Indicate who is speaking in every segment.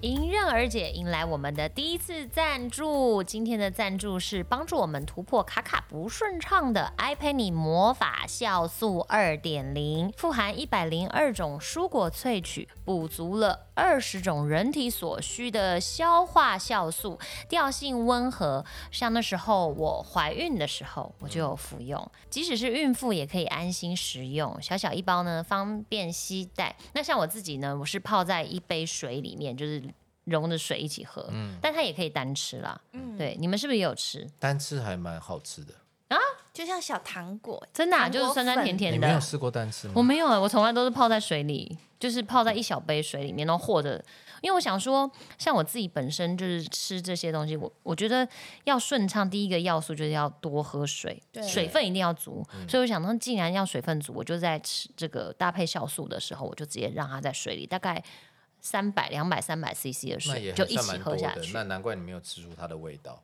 Speaker 1: 迎刃而解，迎来我们的第一次赞助。今天的赞助是帮助我们突破卡卡不顺畅的 iPenny 魔法酵素二点零，富含一百零二种蔬果萃取，补足了二十种人体所需的消化酵素，调性温和。像那时候我怀孕的时候，我就有服用，即使是孕妇也可以安心食用。小小一包呢，方便携带。那像我自己呢，我是泡在一杯水里面，就是融着水一起喝，
Speaker 2: 嗯
Speaker 1: 但它也可以单吃啦。
Speaker 3: 嗯，
Speaker 1: 对，你们是不是也有吃？
Speaker 2: 单吃还蛮好吃的。
Speaker 3: 就像小糖果，
Speaker 1: 真的、啊、
Speaker 3: 糖
Speaker 1: 就是
Speaker 3: 果
Speaker 1: 酸酸
Speaker 3: 粉
Speaker 1: 甜
Speaker 2: 你
Speaker 1: 甜
Speaker 2: 没有
Speaker 1: 的。
Speaker 2: 试过单吃吗？
Speaker 1: 我没有啊，我从来都是泡在水里，就是泡在一小杯水里面，然后和着。因为我想说，像我自己本身就是吃这些东西，我我觉得要顺畅，第一个要素就是要多喝水，
Speaker 3: 对
Speaker 1: 水分一定要足。
Speaker 2: 嗯
Speaker 1: 所以我想说，既然要水分足，我就在吃这个搭配酵素的时候，我就直接让它在水里，大概三百、两百、三百 CC 的
Speaker 2: 那
Speaker 1: 水
Speaker 2: 也
Speaker 1: 就
Speaker 2: 还
Speaker 1: 一
Speaker 2: 算
Speaker 1: 起
Speaker 2: 蛮
Speaker 1: 喝
Speaker 2: 多
Speaker 1: 下
Speaker 2: 的，
Speaker 1: 去
Speaker 2: 那。难怪你没有吃出它的味道，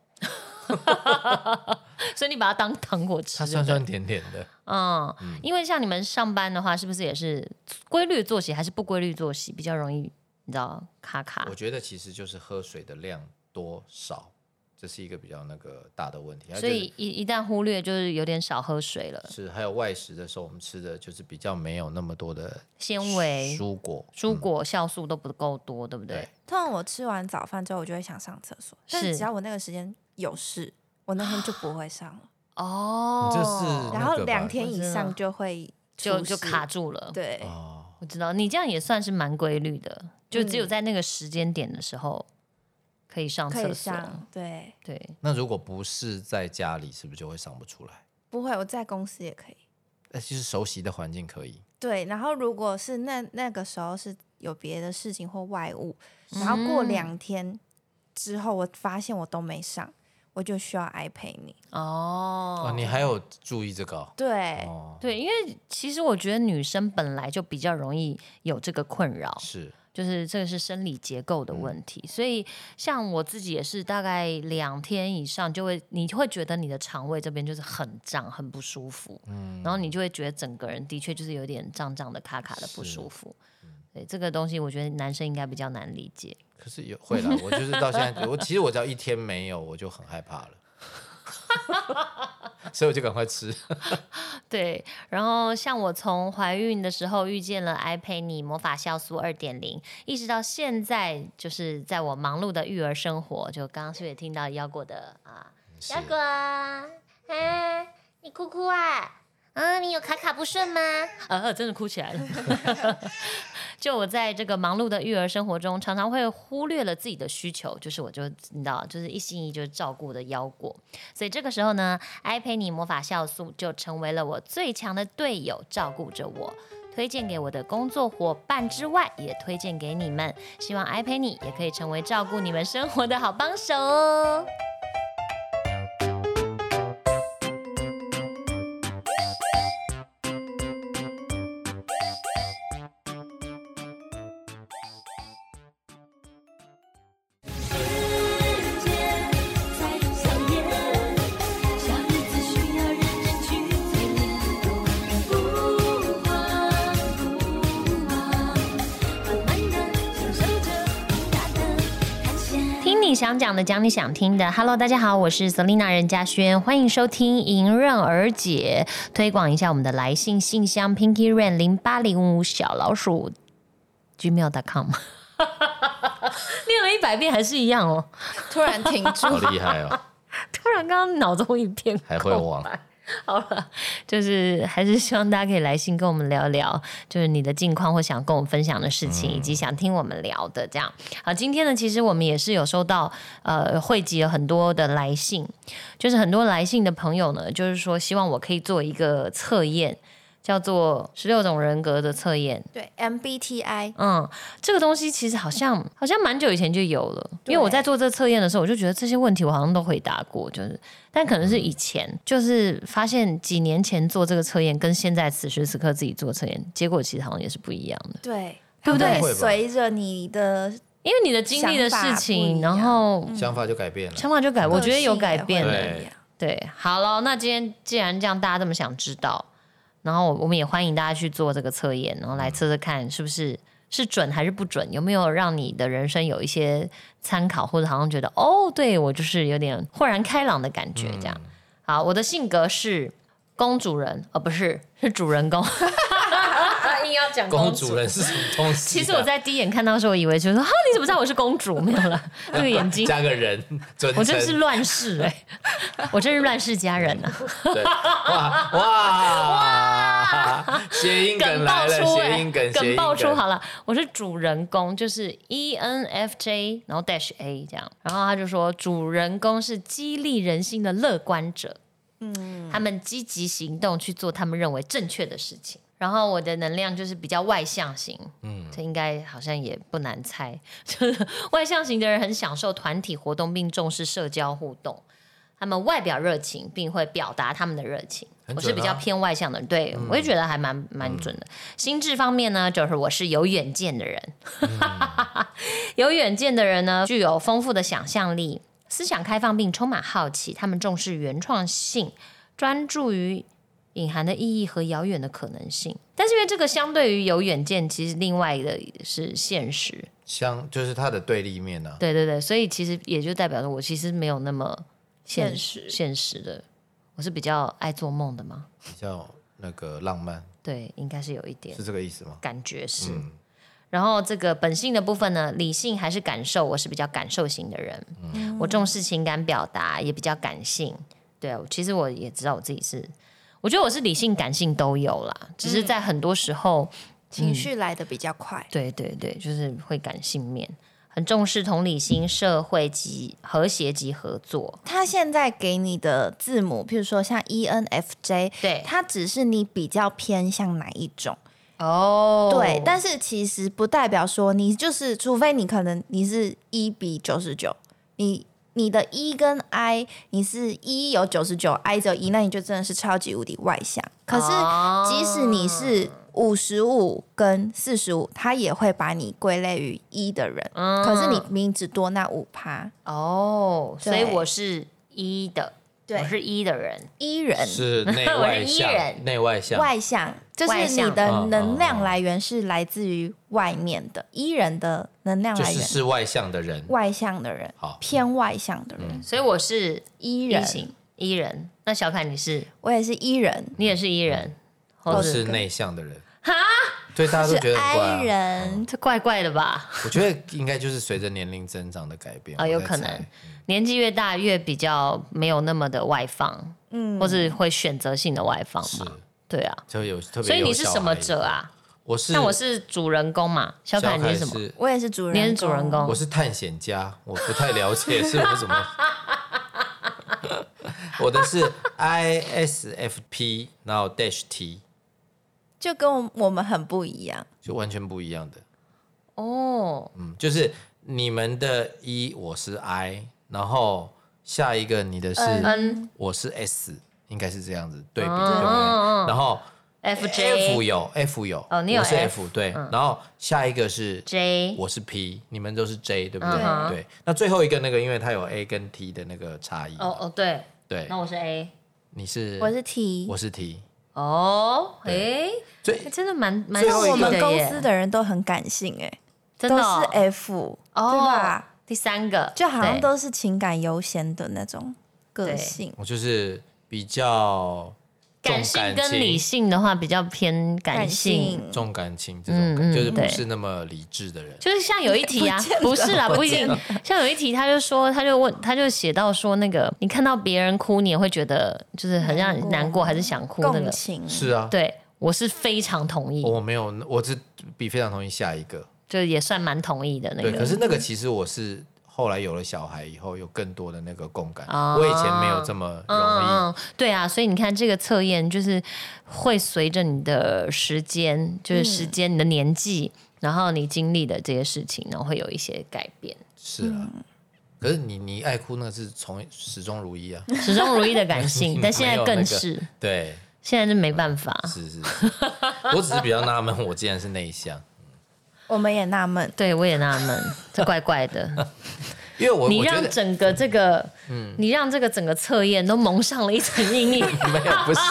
Speaker 1: 所以你把它当糖果吃，
Speaker 2: 它酸酸甜甜的。
Speaker 1: 嗯，因为像你们上班的话，是不是也是规律作息还是不规律作息比较容易？你知道卡卡
Speaker 2: 我，觉得其实就是喝水的量多少，这是一个比较那个大的问题。还有
Speaker 1: 所
Speaker 2: 就是
Speaker 1: 以一一旦忽略，就是有点少喝水了，
Speaker 2: 是还有外食的时候，我们吃的就是比较没有那么多的
Speaker 1: 纤维、
Speaker 2: 蔬果，
Speaker 1: 蔬果酵素都不够多，对不对
Speaker 2: 嗯对？
Speaker 3: 通常我吃完早饭之后，我就会想上厕所，但
Speaker 1: 是
Speaker 3: 只要我那个时间有事，我那天就不会上了，
Speaker 1: 哦
Speaker 2: 你这是
Speaker 3: 然
Speaker 2: 那
Speaker 3: 后
Speaker 2: 个吧
Speaker 3: 两天以
Speaker 1: 我知道
Speaker 3: 上就会
Speaker 1: 就
Speaker 3: 出
Speaker 1: 就
Speaker 3: 事
Speaker 1: 卡住了。
Speaker 3: 对，
Speaker 2: 哦，
Speaker 1: 我知道你这样也算是蛮规律的，就只有在那个时间点的时候可以上
Speaker 3: 嗯可
Speaker 1: 厕
Speaker 3: 以
Speaker 1: 所。
Speaker 3: 上，对，
Speaker 1: 对，
Speaker 2: 那如果不是在家里，是不是就会上不出来？
Speaker 3: 不会，我在公司也可以。
Speaker 2: 那其实熟悉的环境可以，
Speaker 3: 对，然后如果是那那个时候是有别的事情或外务，然后过
Speaker 1: 嗯
Speaker 3: 两天之后，我发现我都没上，我就需要 i 陪你。
Speaker 1: 哦
Speaker 2: 哦，你还有注意这个哦？
Speaker 3: 对，
Speaker 2: 哦
Speaker 1: 对，因为其实我觉得女生本来就比较容易有这个困扰，
Speaker 2: 是
Speaker 1: 就是这个是生理结构的问题，所以像我自己也是大概两天以上就会，你会觉得你的肠胃这边就是很胀、很不舒服，然后你就会觉得整个人的确就是有点胀胀的、卡卡的不舒服。嗯对这个东西，我觉得男生应该比较难理解。
Speaker 2: 可是有会啦，我就是到现在，我其实我只要一天没有，我就很害怕了， 所以我就赶快吃。
Speaker 1: 对，然后像我从怀孕的时候遇见了爱佩妮魔法酵素二点零，一直到现在，就是在我忙碌的育儿生活，就刚刚是不是也听到腰果的啊，
Speaker 2: 是
Speaker 1: 腰果，哎、你哭哭啊？啊，你有卡卡不顺吗？啊，真的哭起来了。 就我在这个忙碌的育儿生活中，常常会忽略了自己的需求，就是我就你知道，就是一心一意就是照顾的腰果。所以这个时候呢，艾佩妮魔法酵素就成为了我最强的队友，照顾着我。推荐给我的工作伙伴之外，也推荐给你们。希望艾佩妮也可以成为照顾你们生活的好帮手哦。
Speaker 4: 世界才香艳，小日子需要认真去体验。不慌不忙，慢慢的享受着伟大的探险。
Speaker 1: 听你想讲的，讲你想听的。Hello，大家好，我是 Selina 任嘉轩，欢迎收听《迎刃而解》，推广一下我们的来信信箱 Pinky Rain 零八零五小老鼠 gmail.com。念了一百遍还是一样哦，
Speaker 3: 突然停住，
Speaker 2: 好厉害哦，
Speaker 1: 突然刚刚脑中一片
Speaker 2: 还会忘。
Speaker 1: 好了，就是还是希望大家可以来信跟我们聊聊，就是你的近况或想跟我们分享的事情，以及想听我们聊的这样。好，今天呢，其实我们也是有收到呃汇集了很多的来信，就是很多来信的朋友呢，就是说希望我可以做一个测验，叫做十六种人格的测验。
Speaker 3: 对 MBTI，
Speaker 1: 嗯，这个东西其实好像好像蛮久以前就有了，因
Speaker 3: 对
Speaker 1: 为我在做这测验的时候，我就觉得这些问题我好像都回答过，就是，但可能是以前，就是发现几年前做这个测验跟现在此时此刻自己做测验，结果其实好像也是不一样的，
Speaker 3: 对，
Speaker 1: 对不
Speaker 3: 它
Speaker 1: 对？
Speaker 2: 会
Speaker 3: 会
Speaker 2: 吧
Speaker 3: 随着你的
Speaker 1: 因为你的经历的事情，
Speaker 3: 想法不一样
Speaker 1: 然后
Speaker 2: 想法就改变了。
Speaker 1: 想法就改，我觉得有改变
Speaker 3: 个性
Speaker 1: 了
Speaker 3: 也。
Speaker 2: 对
Speaker 3: 会不一样
Speaker 1: 对，好了，那今天既然这样，大家这么想知道，然后我们也欢迎大家去做这个测验，然后来测测看是不是是准还是不准？有没有让你的人生有一些参考，或者好像觉得哦，对我就是有点豁然开朗的感觉这样？好，我的性格是公主人，而、不是是主人 公，硬要讲
Speaker 2: 公
Speaker 1: 主
Speaker 2: 主人是什么东西
Speaker 1: 其
Speaker 2: 啊、
Speaker 1: 实我在第一眼看到的时候，我以为就是说哈，你怎么知道我是公主？没有了，那个眼 睛，
Speaker 2: 加个人，尊
Speaker 1: 我
Speaker 2: 称
Speaker 1: 真是乱世哎、我真是乱世佳人啊！
Speaker 2: 对哇哇哇，谐音梗来
Speaker 1: 爆
Speaker 2: 了，
Speaker 1: 出哎、
Speaker 2: 谐音梗，谐
Speaker 1: 梗
Speaker 2: 音
Speaker 1: 爆出
Speaker 2: 梗，
Speaker 1: 好了，我是主人公，就是 E N F J，然后 dash A 这样，然后他就说主人公是激励人心的乐观者，嗯，他们积极行动去做他们认为正确的事情。然后我的能量就是比较外向型，嗯，这应该好像也不难猜， 就是外向型的人很享受团体活动，并重视社交互动。他们外表热情，并会表达他们的热情。
Speaker 2: 很准啊嗯
Speaker 1: 我是比较偏外向的人，对、我也觉得还蛮蛮准的。心智方面呢，就是我是有远见的人，
Speaker 2: 嗯
Speaker 1: 有远见的人呢，具有丰富的想象力，思想开放并充满好奇。他们重视原创性，专注于隐含的意义和遥远的可能性。但是因为这个相对于有远见，其实另外的是现实，
Speaker 2: 相就是它的对立面呢、啊。
Speaker 1: 对对对，所以其实也就代表着我其实没有那么现
Speaker 3: 现实
Speaker 1: 现实的，我是比较爱做梦的嘛，
Speaker 2: 比较那个浪漫，
Speaker 1: 对，应该是有一点
Speaker 2: 是这个意思吗？
Speaker 1: 感觉是。
Speaker 2: 嗯，
Speaker 1: 然后这个本性的部分呢，理性还是感受，我是比较感受型的人，我重视情感表达，也比较感性。对，其实我也知道我自己是，我觉得我是理性、感性都有啦，只
Speaker 3: 嗯
Speaker 1: 是在很多时候，
Speaker 3: 情绪来的比较快，
Speaker 1: 对对对，就是会感性面，很重视同理心、社会及和谐及合作。
Speaker 3: 他现在给你的字母，譬如说像 E N F J，
Speaker 1: 对
Speaker 3: 它只是你比较偏向哪一种。
Speaker 1: 哦
Speaker 3: 对，但是其实不代表说你就是，除非你可能你是一比九十九，你你的 E 跟 I，你是一有九十九，I 只有一，那你就真的是超级无敌外向。可是
Speaker 1: 哦
Speaker 3: 即使你是五十五跟四十五，他也会把你归类于一的人。
Speaker 1: 嗯
Speaker 3: 可是你明明只多那五趴，
Speaker 1: 哦，所以
Speaker 3: 对
Speaker 1: 我是一的，
Speaker 3: 对
Speaker 1: 我是一的人，
Speaker 3: 一人
Speaker 2: 是啊内
Speaker 1: 我是
Speaker 2: 外
Speaker 1: E
Speaker 2: 向，
Speaker 1: 人
Speaker 2: 内外向，
Speaker 3: 外向，就是
Speaker 1: 外向嗯
Speaker 3: 你的能量来源是来自于外面的，一人的能量
Speaker 2: 就
Speaker 3: 来
Speaker 2: 是
Speaker 3: 源
Speaker 2: 是外向的人。
Speaker 3: 外向的人
Speaker 2: 好，嗯
Speaker 3: 偏外向的人，
Speaker 1: 所以我是
Speaker 3: 一
Speaker 1: 一
Speaker 3: 人，
Speaker 1: 型一人。那小凯你是
Speaker 3: 我也是一人，
Speaker 1: 你也是一人，或
Speaker 2: 我
Speaker 1: 哦是
Speaker 2: 是内向的人对，大家都
Speaker 3: 是
Speaker 2: 觉得很怪、啊
Speaker 3: I。人，
Speaker 1: 这怪怪的吧？
Speaker 2: 我觉得应该就是随着年龄增长的改变
Speaker 1: 啊
Speaker 2: 我
Speaker 1: 有
Speaker 2: 在
Speaker 1: 可能
Speaker 2: 猜
Speaker 1: 年纪越大越比较没有那么的外放，嗯，或是会选择性的外放
Speaker 2: 是
Speaker 1: 嘛？对啊，
Speaker 2: 就有特别。
Speaker 1: 所以你是什么者？啊？
Speaker 2: 我是，
Speaker 1: 那我是主人公嘛？小
Speaker 2: 小
Speaker 1: 凯你
Speaker 2: 凯
Speaker 1: 是什么？
Speaker 2: 是
Speaker 3: 我也是主人，
Speaker 1: 你也是主人，公
Speaker 2: 我，是探险家，我不太了解是我什么。我的是 ISFP，然后 dash T，
Speaker 3: 就跟我们很不一样，
Speaker 2: 就完全不一样的。
Speaker 1: 哦，
Speaker 2: 嗯，就是你们的 E 我是 I，然后下一个你的是、
Speaker 1: 嗯
Speaker 2: 我是 S，应该是这样子对比，
Speaker 1: 嗯
Speaker 2: 对不
Speaker 1: 嗯
Speaker 2: 对？然后
Speaker 1: f
Speaker 2: F
Speaker 1: J
Speaker 2: 有 F 有，
Speaker 1: 哦你有
Speaker 2: 我是
Speaker 1: F，
Speaker 2: F 对，然后下一个是
Speaker 1: J
Speaker 2: 我是 P，你们都是 J 对不对？
Speaker 1: 嗯哼
Speaker 2: 对，那最后一个那个，因为它有 A 跟 T 的那个差异，
Speaker 1: 哦哦对，
Speaker 2: 对
Speaker 1: 那，我是 A
Speaker 2: 你是
Speaker 3: 我是 T，
Speaker 2: 我是 T，
Speaker 1: 哦，诶。
Speaker 2: 所以
Speaker 1: 欸真的蛮蛮
Speaker 3: 那
Speaker 1: 细
Speaker 3: 我们
Speaker 1: 的
Speaker 3: 公
Speaker 1: 耶
Speaker 3: 司的人都很感性，哎，
Speaker 1: 真
Speaker 3: 都
Speaker 1: 的
Speaker 3: 是
Speaker 1: 哦
Speaker 3: F，
Speaker 1: 哦
Speaker 3: 对吧？
Speaker 1: 第三个
Speaker 3: 就好像
Speaker 1: 对
Speaker 3: 都是情感优先的那种个
Speaker 1: 对
Speaker 3: 性，
Speaker 2: 我就是比较重
Speaker 1: 感性
Speaker 2: 感
Speaker 1: 跟理性的话比较偏感性，
Speaker 2: 重感情这种
Speaker 1: 嗯
Speaker 2: 感，
Speaker 1: 嗯
Speaker 2: 就是不
Speaker 1: 对
Speaker 2: 是那么理智的人。
Speaker 1: 就是像有一题啊，不是啦，不一定。像有一题，他就说，他就问，他就写到说，那个你看到别人哭，你也会觉得就是很让你
Speaker 3: 难过
Speaker 1: 难过，还是想哭那
Speaker 3: 共
Speaker 1: 个？
Speaker 3: 情，
Speaker 2: 是啊，
Speaker 1: 对，我是非常同意，
Speaker 2: 我没有，我是比非常同意下一个。
Speaker 1: 就也算蛮同意的那
Speaker 2: 对，可
Speaker 1: 个。
Speaker 2: 是那个其实我是后来有了小孩以后，有更多的那个共感。
Speaker 1: 啊
Speaker 2: 我以前没有这么容易。
Speaker 1: 嗯，对啊，所以你看这个测验就是会随着你的时间，就是时间、你的年纪，然后你经历的这些事情，然后会有一些改变，
Speaker 2: 是啊，可是你你爱哭那个是从始终如 一啊。
Speaker 1: 始终如一的感性
Speaker 2: 没有，
Speaker 1: 但现在更是，
Speaker 2: 对，
Speaker 1: 现在就没办法。
Speaker 2: 是是是，我只是比较纳闷，我竟然是内向，
Speaker 3: 我们也纳闷，
Speaker 1: 对，我也纳闷，这怪怪的。
Speaker 2: 因 为我
Speaker 1: 你
Speaker 2: 我觉
Speaker 1: 让
Speaker 2: 得嗯
Speaker 1: 整个这个，你让这个整个测验都蒙上了一层阴影。
Speaker 2: 没有，不是，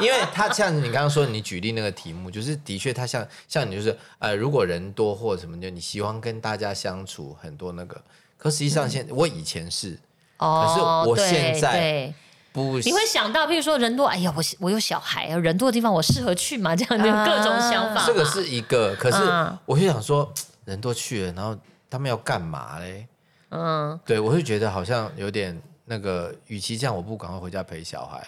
Speaker 2: 因为他像你刚刚说，你举例那个题目，就是的确他像像你就是呃，如果人多或什么，就你喜欢跟大家相处很多那个，可实际
Speaker 1: 嗯
Speaker 2: 上现、我以前是
Speaker 1: 哦，
Speaker 2: 可是我
Speaker 1: 对
Speaker 2: 现在
Speaker 1: 对
Speaker 2: 不，
Speaker 1: 你会想到，譬如说人多，哎呀，我我有小孩，人多的地方我适合去嘛？这样就
Speaker 3: 啊
Speaker 1: 各种想法嘛。
Speaker 2: 这个是一个，可是
Speaker 1: 嗯
Speaker 2: 我就想说，人多去了，然后他们要干嘛嘞？
Speaker 1: 嗯，
Speaker 2: 对我会觉得好像有点那个，与其这样，我不赶快回家陪小孩。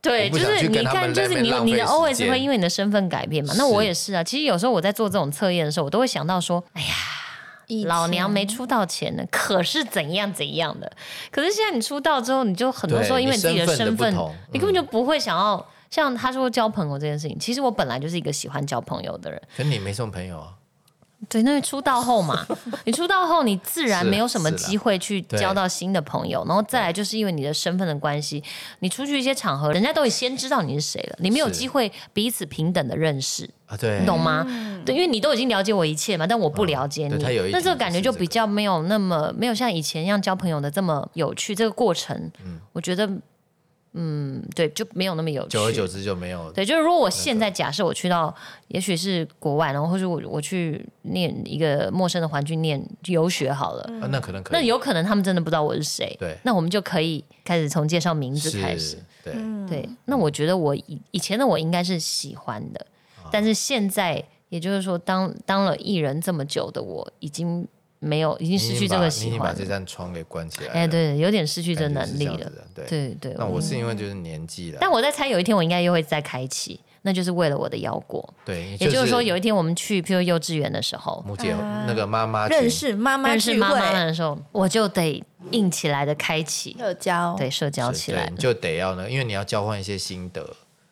Speaker 1: 对，
Speaker 2: 我不
Speaker 1: 就
Speaker 2: 想
Speaker 1: 是
Speaker 2: 去跟
Speaker 1: 你
Speaker 2: 他
Speaker 1: 看，
Speaker 2: 们
Speaker 1: 就
Speaker 2: 在那
Speaker 1: 是
Speaker 2: 边
Speaker 1: 你
Speaker 2: 浪
Speaker 1: 你的
Speaker 2: 费
Speaker 1: always
Speaker 2: 时
Speaker 1: 会
Speaker 2: 间
Speaker 1: 因为你的身份改变嘛。那
Speaker 2: 是
Speaker 1: 我也是啊，其实有时候我在做这种测验的时候，我都会想到说，哎呀，老娘没出道前呢，可是怎样怎样的。可是现在你出道之后，你就很多
Speaker 2: 对
Speaker 1: 时候因为
Speaker 2: 你
Speaker 1: 自己
Speaker 2: 身份的
Speaker 1: 身份
Speaker 2: 不同，嗯
Speaker 1: 你根本就不会想要。像他说交朋友这件事情，其实我本来就是一个喜欢交朋友的人。
Speaker 2: 可你没什么朋友啊，
Speaker 1: 对，那是出道后 嘛，你出道后，你自然
Speaker 2: 是啊
Speaker 1: 没有什么
Speaker 2: 是啦
Speaker 1: 机会去
Speaker 2: 对
Speaker 1: 交到新的朋友，然后再来就是因为你的身份的关系，你出去一些场合，人家都已先知道你是谁了，你没有
Speaker 2: 是
Speaker 1: 机会彼此平等的认识，
Speaker 2: 啊，对，
Speaker 1: 你懂吗？对，因为你都已经了解我一切嘛，但我不了解你，
Speaker 2: 嗯对他有一
Speaker 1: 那
Speaker 2: 题
Speaker 1: 这个感觉
Speaker 2: 是
Speaker 1: 就
Speaker 2: 这
Speaker 1: 比
Speaker 2: 个
Speaker 1: 较没有那么没有像以前一样交朋友的这么有趣，这个过程，我觉得，嗯，对，就没有那么有趣。
Speaker 2: 久而久之就没有。
Speaker 1: 对，就是如果我现在假设我去到，也许是国外，然后或者我我去念一个陌生的环境念游学好了，
Speaker 2: 啊那可能可
Speaker 1: 那
Speaker 2: 以，
Speaker 1: 有可能他们真的不知道我是谁，
Speaker 2: 对
Speaker 1: 那我们就可以开始从介绍名字开始嗯
Speaker 2: 是，，嗯对，
Speaker 1: 对，那我觉得我以以前的我应该是喜欢的，
Speaker 2: 啊
Speaker 1: 但是现在也就是说当当了艺人这么久的我，已经没有已经
Speaker 2: 你
Speaker 1: 失
Speaker 2: 已
Speaker 1: 去
Speaker 2: 经
Speaker 1: 这
Speaker 2: 把
Speaker 1: 个
Speaker 2: 你已
Speaker 1: 喜
Speaker 2: 经把
Speaker 1: 欢
Speaker 2: 这
Speaker 1: 了，
Speaker 2: 扇窗给关起来了。
Speaker 1: 哎，对，有点失去这
Speaker 2: 感觉
Speaker 1: 能
Speaker 2: 是
Speaker 1: 力
Speaker 2: 样
Speaker 1: 了
Speaker 2: 子，的。对，
Speaker 1: 对对，
Speaker 2: 那
Speaker 1: 我
Speaker 2: 我是因为就是年纪了，
Speaker 1: 但我在猜有一天我应该又会再开启，那就是为了我的腰果。
Speaker 2: 对，
Speaker 1: 也就是说，有一天我们去，譬如幼稚园的时候，
Speaker 2: 母姐
Speaker 3: 啊
Speaker 2: 那个妈妈群
Speaker 3: 认识妈妈
Speaker 1: 认识
Speaker 3: 聚
Speaker 1: 妈妈们
Speaker 3: 会，
Speaker 1: 的时候，我就得硬起来的开启，
Speaker 3: 社交，
Speaker 1: 对，社交
Speaker 2: 是
Speaker 1: 起
Speaker 2: 对
Speaker 1: 来
Speaker 2: 你。就得要呢，因为你要交换一些心得，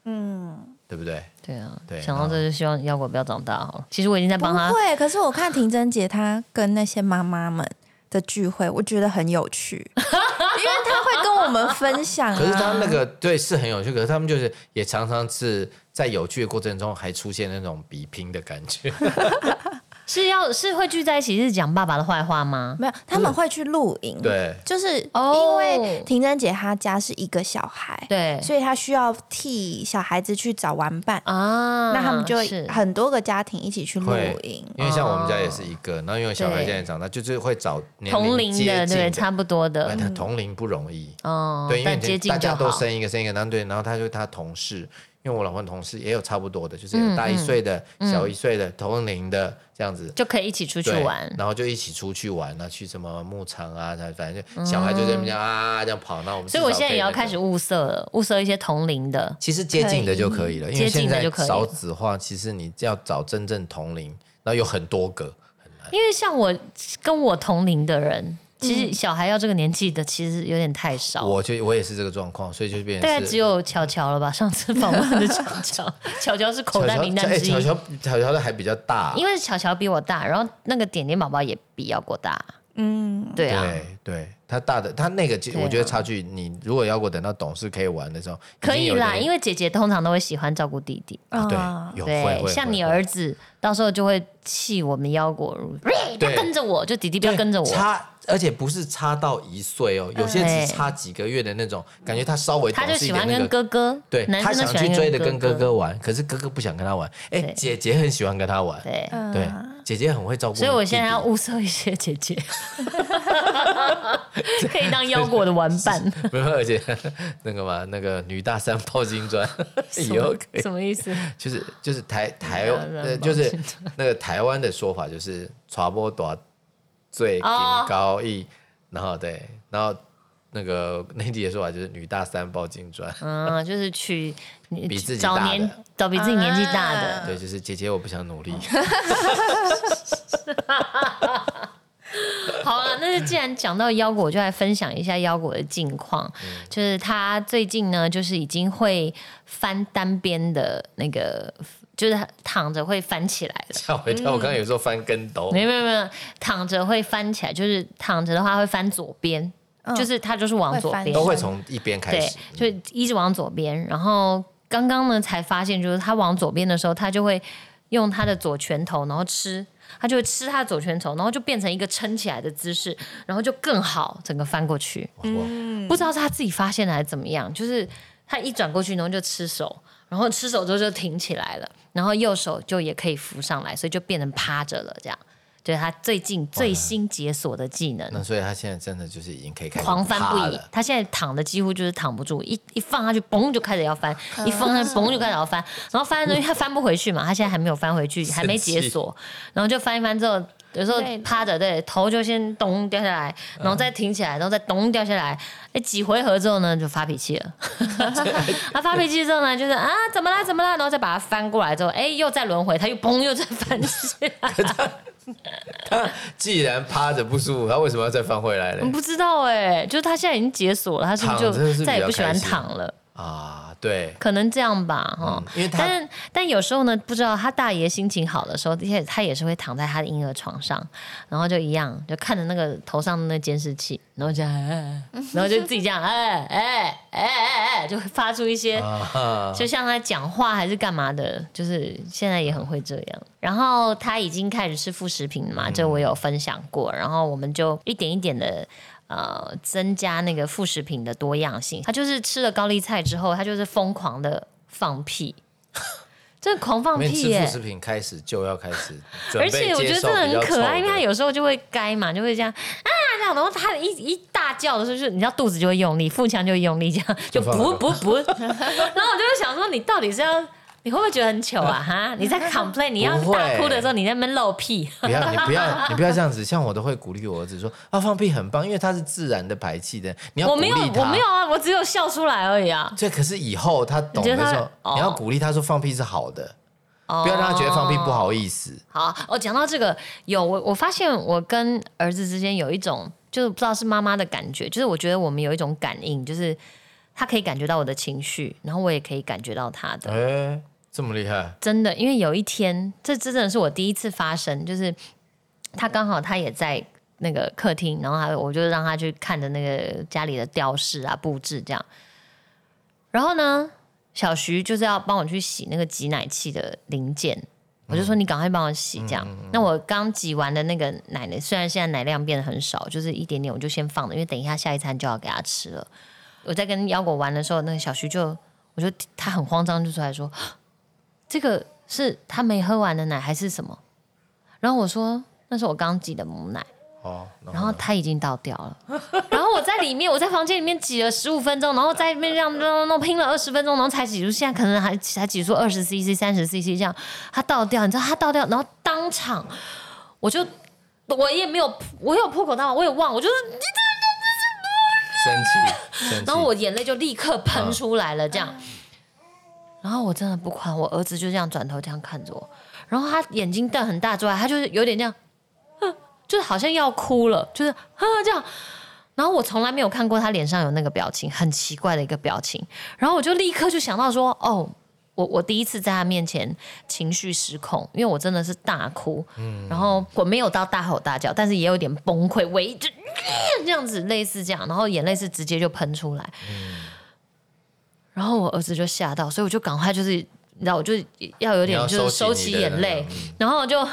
Speaker 3: 嗯，
Speaker 2: 对不对？
Speaker 1: 对啊，
Speaker 2: 对嗯
Speaker 1: 想到这就希望妖果不要长大好了。其实我已经在
Speaker 3: 不
Speaker 1: 帮他，
Speaker 3: 会。可是我看婷珍姐她跟那些妈妈们的聚会，我觉得很有趣， 因为她会跟我们分享、啊。
Speaker 2: 可是他那个对是很有趣，可是他们就是也常常是在有趣的过程中还出现那种比拼的感 觉，
Speaker 1: 是要是会聚在一起是讲爸爸的坏话吗？
Speaker 3: 没有，他们会去露营，，
Speaker 2: 嗯对，
Speaker 3: 就是因
Speaker 1: 哦
Speaker 3: 为婷珍姐她家是一个小孩，
Speaker 1: 对
Speaker 3: 所以她需要替小孩子去找玩伴，
Speaker 1: 啊，
Speaker 3: 那他们就是很多个家庭一起去露
Speaker 2: 会
Speaker 3: 营。
Speaker 2: 因为像我们家也是一个，然后因为小孩
Speaker 1: 哦对
Speaker 2: 现在长大，就是会找年
Speaker 1: 同
Speaker 2: 龄
Speaker 1: 龄
Speaker 2: 接
Speaker 1: 的，
Speaker 2: 近
Speaker 1: 对，差不多
Speaker 2: 哎
Speaker 1: 的，
Speaker 2: 他同龄不容易，
Speaker 1: 哦，
Speaker 2: 对，因为
Speaker 1: 但
Speaker 2: 你
Speaker 1: 接近
Speaker 2: 大
Speaker 1: 就
Speaker 2: 家
Speaker 1: 好
Speaker 2: 都。生一个生一个，然后对，然后他就他同事，因为我老婆同事也有差不多的，就是
Speaker 1: 嗯
Speaker 2: 有大一岁的、小一岁的、同龄的这样子。
Speaker 1: 就可以一起出去
Speaker 2: 对
Speaker 1: 玩，
Speaker 2: 然后就一起出去玩啊，去什么牧场啊，反正就小孩就在那边这样啊啊啊这样跑。那我们
Speaker 1: 嗯所以我
Speaker 2: 至少
Speaker 1: 现在也
Speaker 2: 可
Speaker 1: 要
Speaker 2: 那个
Speaker 1: 开始，物色了，物色一些同龄的，
Speaker 2: 其实接近的就可以了，因
Speaker 1: 嗯
Speaker 2: 为
Speaker 1: 接近
Speaker 2: 现
Speaker 1: 的
Speaker 2: 在
Speaker 1: 就可以
Speaker 2: 少
Speaker 1: 了
Speaker 2: 子化，其实你要找真正同龄，然后有很多个，
Speaker 1: 因为像我跟我同龄的人，其实小孩要这个年纪的，其实有点太少。
Speaker 2: 我就我也是这个状况，所以就变
Speaker 1: 大概
Speaker 2: 成
Speaker 1: 啊只
Speaker 2: 是。
Speaker 1: 有巧巧了吧？上次访问的巧 巧，巧巧是口袋名单
Speaker 2: 哎
Speaker 1: 之
Speaker 2: 巧
Speaker 1: 一，
Speaker 2: 巧巧巧的还比较大，
Speaker 1: 因为巧巧比我大，然后那个点点宝宝也比要过大，
Speaker 3: 嗯，
Speaker 1: 对啊，
Speaker 2: 对对，他大的他那个就，
Speaker 1: 对啊
Speaker 2: 我觉得差距，你如果要我等到懂事可以玩的时候，
Speaker 1: 可以啦，因
Speaker 2: 为
Speaker 1: 为姐姐通常都会喜欢照顾弟弟，
Speaker 3: 啊
Speaker 2: 对有会
Speaker 1: 对，
Speaker 2: 会
Speaker 1: 像
Speaker 2: 会
Speaker 1: 你
Speaker 2: 会
Speaker 1: 儿子到时候就会气我们腰果，不要
Speaker 2: 对
Speaker 1: 跟着我，就弟弟不要跟着我，
Speaker 2: 差，而且不是差到一岁哦，有些只差几个月的那种，感觉他稍微
Speaker 1: 他
Speaker 2: 懂
Speaker 1: 就
Speaker 2: 事一
Speaker 1: 喜
Speaker 2: 点
Speaker 1: 欢
Speaker 2: 那
Speaker 1: 跟
Speaker 2: 个。
Speaker 1: 哥哥，
Speaker 2: 对
Speaker 1: 男
Speaker 2: 他
Speaker 1: 生
Speaker 2: 想
Speaker 1: 都喜
Speaker 2: 去
Speaker 1: 欢
Speaker 2: 追
Speaker 1: 跟
Speaker 2: 的跟
Speaker 1: 哥
Speaker 2: 哥哥玩，可是哥哥不想跟他玩。哎
Speaker 1: 对，
Speaker 2: 姐姐很喜欢跟他玩，
Speaker 1: 对，啊
Speaker 3: 嗯
Speaker 2: 对，姐姐很会照顾弟弟。
Speaker 1: 所以我现在要物色一些姐姐，可以当腰果的玩 伴，
Speaker 2: 没有，而且那个嘛，那个女大三抱金砖以后可 以
Speaker 1: 什么意思？
Speaker 2: 就是就是台台
Speaker 1: 嗯
Speaker 2: 呃，
Speaker 1: 人
Speaker 2: 就是
Speaker 1: 保健
Speaker 2: 那个台湾的说法就是传播多最顶高义，
Speaker 1: 哦
Speaker 2: 然后对，然后那个内地的说法就是女大三抱金砖，
Speaker 1: 嗯，就是去你
Speaker 2: 比自己
Speaker 1: 找
Speaker 2: 大的
Speaker 1: 年找比自己年纪大
Speaker 3: 啊
Speaker 1: 的，
Speaker 2: 对，就是姐姐我不想努力，
Speaker 1: 嗯好了，那就既然讲到腰果，我就来分享一下腰果的近况。
Speaker 2: 嗯
Speaker 1: 就是他最近呢，就是已经会翻单边的那个，就是躺着会翻起来了。
Speaker 2: 吓我一 跳，我刚刚有时候翻跟斗
Speaker 1: 没，有没有没有，躺着会翻起来，就是躺着的话会翻左边，
Speaker 3: 嗯
Speaker 1: 就是他就是往左边
Speaker 3: 会翻，
Speaker 2: 都会从一边开
Speaker 1: 对
Speaker 2: 始，，
Speaker 1: 就一直往左边。然后刚刚呢才发现，就是他往左边的时候，他就会用他的左拳头，然后吃他就会吃他的左拳头，然后就变成一个撑起来的姿势，然后就更好整个翻过去。
Speaker 2: 哇，
Speaker 1: 不知道是他自己发现的还是怎么样，就是他一转过去，然后就吃手，然后吃手之后就挺起来了，然后右手就也可以扶上来，所以就变成趴着了，这样。就是他最近最新解锁的技能，
Speaker 2: 那所以他现在真的就是已经可以开始
Speaker 1: 狂翻
Speaker 2: 趴
Speaker 1: 不已
Speaker 2: 了。。
Speaker 1: 他现在躺的几乎就是躺不住，一一放下去，嘣就开始要翻，一放下去，嘣就开始要翻，然后翻的东西他翻不回去嘛，他现在还没有翻回 去，还没解锁，然后就翻一翻之后。有时候
Speaker 3: 累了
Speaker 1: 趴着，对，头就先咚掉下来，
Speaker 2: 嗯
Speaker 1: 然后再挺起来，然后再咚掉下来。哎，几回合之后呢，就发脾气 了。 他发脾气之后呢，就是啊，怎么啦，怎么啦，然后再把它翻过来之后，哎，又再轮回，他又嘣，又再翻起 来。
Speaker 2: 既然趴着不舒服，他为什么要再翻回来
Speaker 1: 我
Speaker 2: 呢？
Speaker 1: 不知道哎、就是他现在已经解锁了，他是不是
Speaker 2: 躺真的是
Speaker 1: 就
Speaker 2: 比较
Speaker 1: 再也不喜欢
Speaker 2: 开心
Speaker 1: 躺了？
Speaker 2: 啊，对，
Speaker 1: 可能这样吧，哈、
Speaker 2: 嗯因为他
Speaker 1: 但但有时候呢，不知道他大爷心情好的时候，也他也是会躺在他的婴儿床上，然后就一样，就看着那个头上的那监视器，然后就，哎哎然后就自己这样，哎哎哎哎哎，就会发出一些。
Speaker 2: 啊，
Speaker 1: 就像他讲话还是干嘛的，就是现在也很会这样。然后他已经开始吃副食品了
Speaker 2: 嗯
Speaker 1: 嘛，这我有分享过。然后我们就一点一点的。呃，增加那个副食品的多样性。他就是吃了高丽菜之后，他就是疯狂的放 屁，真的狂放
Speaker 2: 没
Speaker 1: 屁
Speaker 2: 吃
Speaker 1: 耶、
Speaker 2: 副食品开始就要开始，准
Speaker 1: 而
Speaker 2: 备
Speaker 1: 且我觉
Speaker 2: 接
Speaker 1: 得
Speaker 2: 受
Speaker 1: 真的
Speaker 2: 比较
Speaker 1: 很可爱，
Speaker 2: 臭
Speaker 1: 因为他
Speaker 2: 的
Speaker 1: 有时候就会该嘛，就会这样啊这样，然后他一一大叫的时候，就是你知道肚子就会用力，腹腔就会用力，这样就
Speaker 2: 放
Speaker 1: 不
Speaker 2: 了
Speaker 1: 不 不，然后我就会想说，你到底是要。你会不会觉得很糗啊？哈，你在 complain，你要
Speaker 2: 不会
Speaker 1: 大哭的时候，你在那边露屁，
Speaker 2: 不要，你不要，你不要这样子。像我都会鼓励我儿子说：“啊，放屁很棒，因为它是自然的排气的。”你要
Speaker 1: 我
Speaker 2: 鼓
Speaker 1: 没
Speaker 2: 励
Speaker 1: 有，
Speaker 2: 他。
Speaker 1: 我没有。啊，我只有笑出来而已啊。
Speaker 2: 这可是以后他懂
Speaker 1: 你觉
Speaker 2: 的
Speaker 1: 得他
Speaker 2: 时候，
Speaker 1: 哦
Speaker 2: 你要鼓励他说放屁是好的，
Speaker 1: 不
Speaker 2: 不要让他觉得放屁不好意思。
Speaker 1: 好，哦，讲到这个，有我我发现我跟儿子之间有一种，就是不知道是妈妈的感觉，就是我觉得我们有一种感应，就是他可以感觉到我的情绪，然后我也可以感觉到他的。
Speaker 2: 哎，这么厉害，
Speaker 1: 真的，因为有一天，这这真的是我第一次发生，就是他刚好他也在那个客厅，然后还我就让他去看着那个家里的吊饰啊布置这样，然后呢，小徐就是要帮我去洗那个挤奶器的零件。我就说你赶快帮我洗，这样。那我刚挤完的那个奶呢？虽然现在奶量变得很少，就是一点点，我就先放着，因为等一下下一餐就要给他吃了。我在跟腰果玩的时候，那个小徐就，我就他很慌张，就出来说：“这个是他没喝完的奶还是什么？然后我说那是我刚挤的母奶，
Speaker 2: 哦，然
Speaker 1: 然
Speaker 2: 后
Speaker 1: 后他已经倒掉了。然后我在里面，我在房间里面挤了十五分钟，然后在那边这样弄弄弄拼了二十分钟，然后才挤出现在可能还才挤出二十 cc、三十 cc 这样，他倒掉，你知道他倒掉，然后当场我就我也没有我有破口大骂，我也忘，我就是
Speaker 2: 生气，生气。嗯
Speaker 1: 然后我眼泪就立刻喷出来了，这样。然后我真的不管，我儿子就这样转头这样看着我，然后他眼睛瞪很大之外，他就是有点这样，哼就是好像要哭了，就是啊这样。然后我从来没有看过他脸上有那个表情，很奇怪的一个表情。然后我就立刻就想到说，哦，我我第一次在他面前情绪失控，因为我真的是大哭，
Speaker 2: 嗯
Speaker 1: 然后我没有到大吼大叫，但是也有点崩溃，唯一就这样子类似这样，然后眼泪是直接就喷出来，
Speaker 2: 嗯
Speaker 1: 然后我儿子就吓到，所以我就赶快就是，你知道，我就要有点
Speaker 2: 你要
Speaker 1: 就是收
Speaker 2: 收起
Speaker 1: 起
Speaker 2: 你的嗯
Speaker 1: 眼泪，
Speaker 2: 那
Speaker 1: 然后我就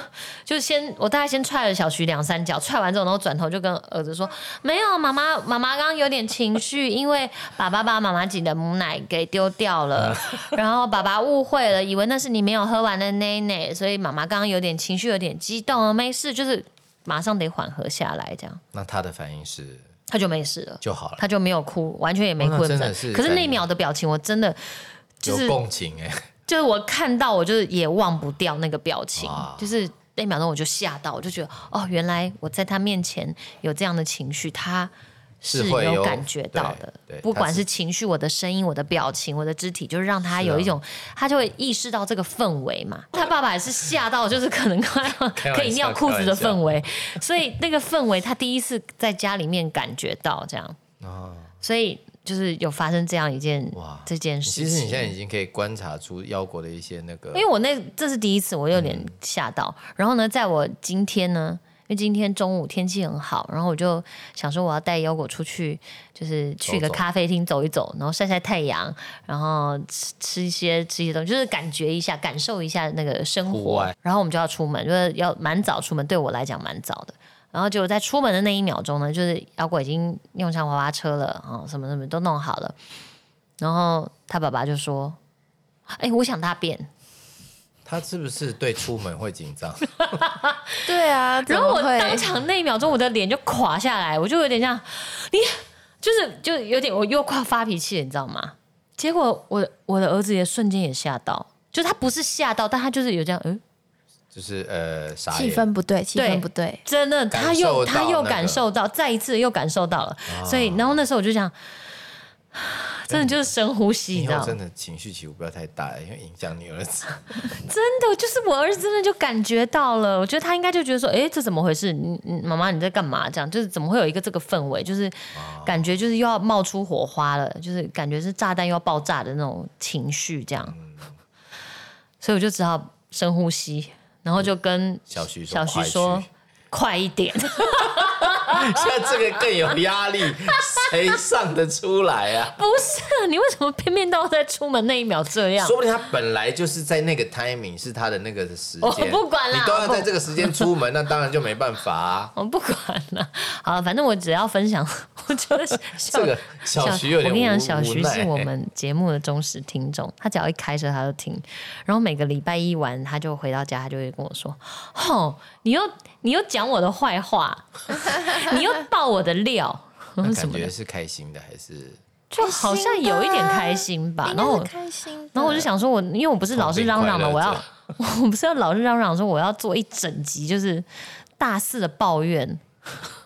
Speaker 1: 就先我大概先踹了小徐两三脚，踹完之后，然后转头就跟儿子说：“没有，妈妈，妈妈刚刚有点情绪，因为爸爸把妈妈挤的母奶给丢掉 了，然后爸爸误会了，以为那是你没有喝完的奶奶，所以妈妈刚刚有点情绪，有点激动，没事，就是马上得缓和下来，这样
Speaker 2: 那他的反应是
Speaker 1: 他就没事了。”
Speaker 2: 就好了，
Speaker 1: 他就没有哭，完全也没
Speaker 2: 哦那
Speaker 1: 哭
Speaker 2: 真
Speaker 1: 分
Speaker 2: 的是
Speaker 1: 可是
Speaker 2: 感
Speaker 1: 那
Speaker 2: 人
Speaker 1: 秒的表情，我真的就是
Speaker 2: 有共情哎，
Speaker 1: 就是我看到，我就是也忘不掉那个表情
Speaker 2: 哇，
Speaker 1: 就是那秒钟我就吓到，我就觉得哦，原来我在他面前有这样的情绪，他是
Speaker 2: 是会有
Speaker 1: 感觉到的
Speaker 2: 对对。
Speaker 1: 不管
Speaker 2: 他
Speaker 1: 是
Speaker 2: 是
Speaker 1: 情绪、我的声音、我的表情、我的肢体，就是让他有一种，
Speaker 2: 啊
Speaker 1: 他就会意识到这个氛围嘛。他爸爸也是吓到，就是可能快要
Speaker 2: 开玩笑
Speaker 1: 可以尿裤子的
Speaker 2: 开玩笑
Speaker 1: 氛围，所以那个氛围他第一次在家里面感觉到这样，
Speaker 2: 哦
Speaker 1: 所以就是有发生这样一件
Speaker 2: 哇
Speaker 1: 这件事情。哎
Speaker 2: 其实你现在已经可以观察出腰果的一些那个嗯
Speaker 1: 因为我那这是第一次，我有点吓到。然后呢，在我今天呢，为今天中午天气很好，然后我就想说我要带腰果出去，就是去个
Speaker 2: 走走
Speaker 1: 咖啡厅走一走，然后晒晒太阳，然后吃吃一些吃一些东西，就是感觉一下，感受一下那个生
Speaker 2: 户
Speaker 1: 活
Speaker 2: 外。
Speaker 1: 然后我们就要出门，就是要蛮早出门，对我来讲蛮早的。然后结果在出门的那一秒钟呢，就是姚果已经用上娃娃车了啊、哦什么什么都弄好了。然后他爸爸就说：“哎，我想大便。
Speaker 2: 他是不是对出门会紧张？
Speaker 3: 对啊，”
Speaker 1: 然后我
Speaker 3: 怎么会
Speaker 1: 当场那一秒钟，我的脸就垮下来，我就有点像你，就是就有点我又快发脾气了，你知道吗？结果我我的儿子也瞬间也吓到，就他不是吓到，但他就是有这样，嗯，
Speaker 2: 就是呃，傻
Speaker 3: 气
Speaker 2: 眼。
Speaker 3: 氛不对，气
Speaker 1: 对
Speaker 3: 氛不对，
Speaker 1: 真的，
Speaker 2: 感
Speaker 1: 他又
Speaker 2: 受到
Speaker 1: 他又
Speaker 2: 那个啊
Speaker 1: 感受到，再一次又感受到了，所以然后那时候我就想， 真的就是深呼吸，你
Speaker 2: 以
Speaker 1: 知道
Speaker 2: 后
Speaker 1: 吗？
Speaker 2: 真的情绪起伏不要太大，因为影响你儿子。
Speaker 1: 真的，就是我儿子真的就感觉到了，我觉得他应该就觉得说，哎，这怎么回事？你你妈妈你在干嘛？这样就是怎么会有一个这个氛围？就是
Speaker 2: 啊
Speaker 1: 感觉就是又要冒出火花了，就是感觉是炸弹又要爆炸的那种情绪，这样。
Speaker 2: 嗯
Speaker 1: 所以我就只好深呼吸，然后就跟
Speaker 2: 小徐说
Speaker 1: 小徐
Speaker 2: 快去
Speaker 1: 说快一点。
Speaker 2: 现在这个更有压力，谁上得出来啊？
Speaker 1: 不是，你为什么偏偏到在出门那一秒 这样
Speaker 2: 说？不定他本来就是在那个 timing 是他的那个时
Speaker 1: 我
Speaker 2: 间，
Speaker 1: 不管啦
Speaker 2: 你都要
Speaker 1: 我不
Speaker 2: 在这个时间出门，那当然就没办法 啊。
Speaker 1: 我不管了，好了，反正我只要分享，我觉得
Speaker 2: 这个小徐有
Speaker 1: 我
Speaker 2: 点
Speaker 1: 跟你讲，小
Speaker 2: 无
Speaker 1: 徐
Speaker 2: 无奈
Speaker 1: 是我们节目的忠实听众，他只要一开车他就听，然后每个礼拜一晚他就回到家，他就会跟我说：“吼，你又你又讲我的坏话， 你又爆我的料，
Speaker 2: 那
Speaker 1: 什
Speaker 2: 感
Speaker 1: 么的
Speaker 2: 觉，是开心的还是？
Speaker 1: 就好像有一点开心吧。”然后
Speaker 3: 啊应
Speaker 1: 我
Speaker 3: 该是开心的，
Speaker 1: 然后我就想说我，因为我不是老是嚷嚷的，
Speaker 2: 痛并
Speaker 1: 我
Speaker 2: 哦快
Speaker 1: 要
Speaker 2: 乐着
Speaker 1: 我不是要老是嚷嚷说我要做一整集，就是大肆的抱怨，